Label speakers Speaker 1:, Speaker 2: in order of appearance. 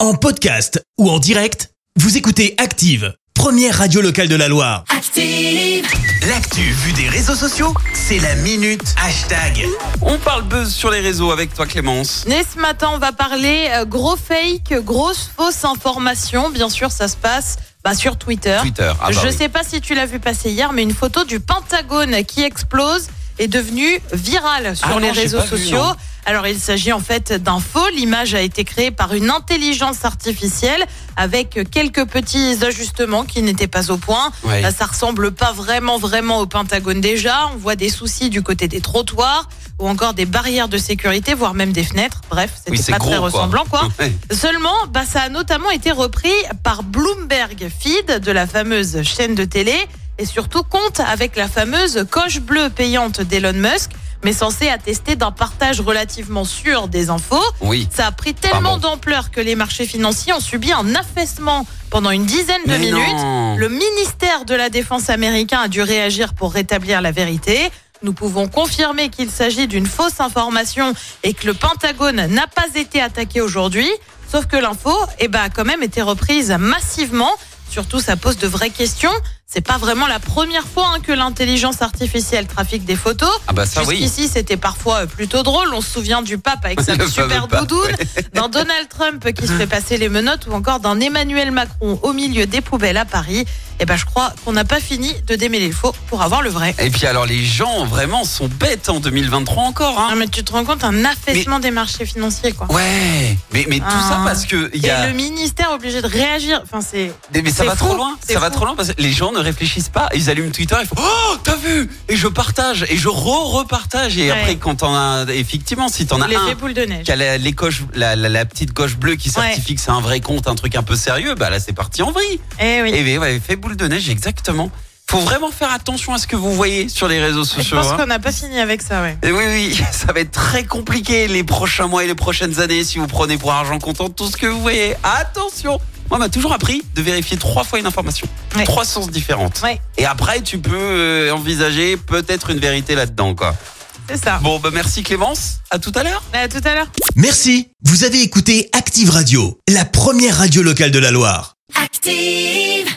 Speaker 1: En podcast ou en direct, vous écoutez Active, première radio locale de la Loire.
Speaker 2: Active.
Speaker 3: L'actu vue des réseaux sociaux, c'est la minute hashtag.
Speaker 4: On parle buzz sur les réseaux avec toi Clémence.
Speaker 5: Et ce matin, on va parler euh, gros fake, grosse fausse information. Bien sûr, ça se passe bah, sur Twitter.
Speaker 4: Twitter. Ah bah
Speaker 5: Je
Speaker 4: oui.
Speaker 5: sais pas si tu l'as vu passer hier, mais une photo du Pentagone qui explose est devenue virale sur
Speaker 4: Ah non,
Speaker 5: les
Speaker 4: j'ai
Speaker 5: réseaux
Speaker 4: pas vu,
Speaker 5: sociaux.
Speaker 4: non.
Speaker 5: Alors, il s'agit en fait d'un faux. L'image a été créée par une intelligence artificielle avec quelques petits ajustements qui n'étaient pas au point.
Speaker 4: Ouais.
Speaker 5: Là, ça ressemble pas vraiment, vraiment au Pentagone déjà. On voit des soucis du côté des trottoirs ou encore des barrières de sécurité, voire même des fenêtres. Bref, c'était
Speaker 4: Oui, c'est
Speaker 5: pas
Speaker 4: gros,
Speaker 5: très
Speaker 4: quoi.
Speaker 5: ressemblant, quoi.
Speaker 4: Ouais.
Speaker 5: Seulement, bah, ça a notamment été repris par Bloomberg Feed de la fameuse chaîne de télé et surtout compte avec la fameuse coche bleue payante d'Elon Musk, mais censée attester d'un partage relativement sûr des infos.
Speaker 4: Oui.
Speaker 5: Ça a pris tellement
Speaker 4: Pardon.
Speaker 5: d'ampleur que les marchés financiers ont subi un affaissement pendant une dizaine de
Speaker 4: Mais
Speaker 5: minutes.
Speaker 4: non.
Speaker 5: Le ministère de la Défense américain a dû réagir pour rétablir la vérité. Nous pouvons confirmer qu'il s'agit d'une fausse information et que le Pentagone n'a pas été attaqué aujourd'hui. Sauf que l'info eh ben, a quand même été reprise massivement. Surtout, ça pose de vraies questions. C'est pas vraiment la première fois hein, que l'intelligence artificielle trafique des photos.
Speaker 4: Ah bah ça oui.
Speaker 5: Jusqu'ici, c'était parfois euh, plutôt drôle. On se souvient du pape avec sa
Speaker 4: Le fameux
Speaker 5: super
Speaker 4: pape,
Speaker 5: doudoune, d'un Donald Trump qui se fait passer les menottes ou encore d'un Emmanuel Macron au milieu des poubelles à Paris. Et ben, je crois qu'on n'a pas fini de démêler le faux pour avoir le vrai.
Speaker 4: Et puis alors les gens vraiment sont bêtes en 2023 encore.
Speaker 5: Ah,
Speaker 4: Hein.
Speaker 5: mais tu te rends compte un affaissement des marchés financiers, quoi.
Speaker 4: Ouais. Mais, mais tout ça
Speaker 5: Ah.
Speaker 4: parce que il y
Speaker 5: Et
Speaker 4: a.
Speaker 5: le ministère obligé de réagir. Enfin, c'est
Speaker 4: Mais ça
Speaker 5: c'est
Speaker 4: va
Speaker 5: fou,
Speaker 4: trop loin.
Speaker 5: c'est
Speaker 4: Ça va
Speaker 5: fou.
Speaker 4: trop loin parce que les gens ne réfléchissent pas. Ils allument Twitter. Ils font oh t'as vu et je partage et je re repartage et
Speaker 5: Ouais.
Speaker 4: après quand t'en as effectivement si t'en as un
Speaker 5: l'effet boule de neige.
Speaker 4: qui a la, les coches- la, la- la petite coche bleue qui certifie que c'est un vrai compte, un truc un peu sérieux, bah là c'est parti en vrille.
Speaker 5: Eh oui.
Speaker 4: Eh bien, ouais, fait boule de neige, exactement. Faut vraiment faire attention à ce que vous voyez sur les réseaux
Speaker 5: Je
Speaker 4: sociaux.
Speaker 5: pense
Speaker 4: hein.
Speaker 5: qu'on n'a pas fini avec ça, ouais.
Speaker 4: Et oui, oui, ça va être très compliqué les prochains mois et les prochaines années si vous prenez pour argent comptant tout ce que vous voyez. Attention Moi, on m'a toujours appris de vérifier trois fois une information.
Speaker 5: Ouais.
Speaker 4: Trois sources différentes.
Speaker 5: Ouais.
Speaker 4: Et après, tu peux euh, envisager peut-être une vérité là-dedans, quoi.
Speaker 5: C'est ça. Bah,
Speaker 4: Bon, bah merci Clémence. À tout à l'heure.
Speaker 5: À tout à l'heure.
Speaker 1: Merci, vous avez écouté Active Radio, la première radio locale de la Loire.
Speaker 2: Active.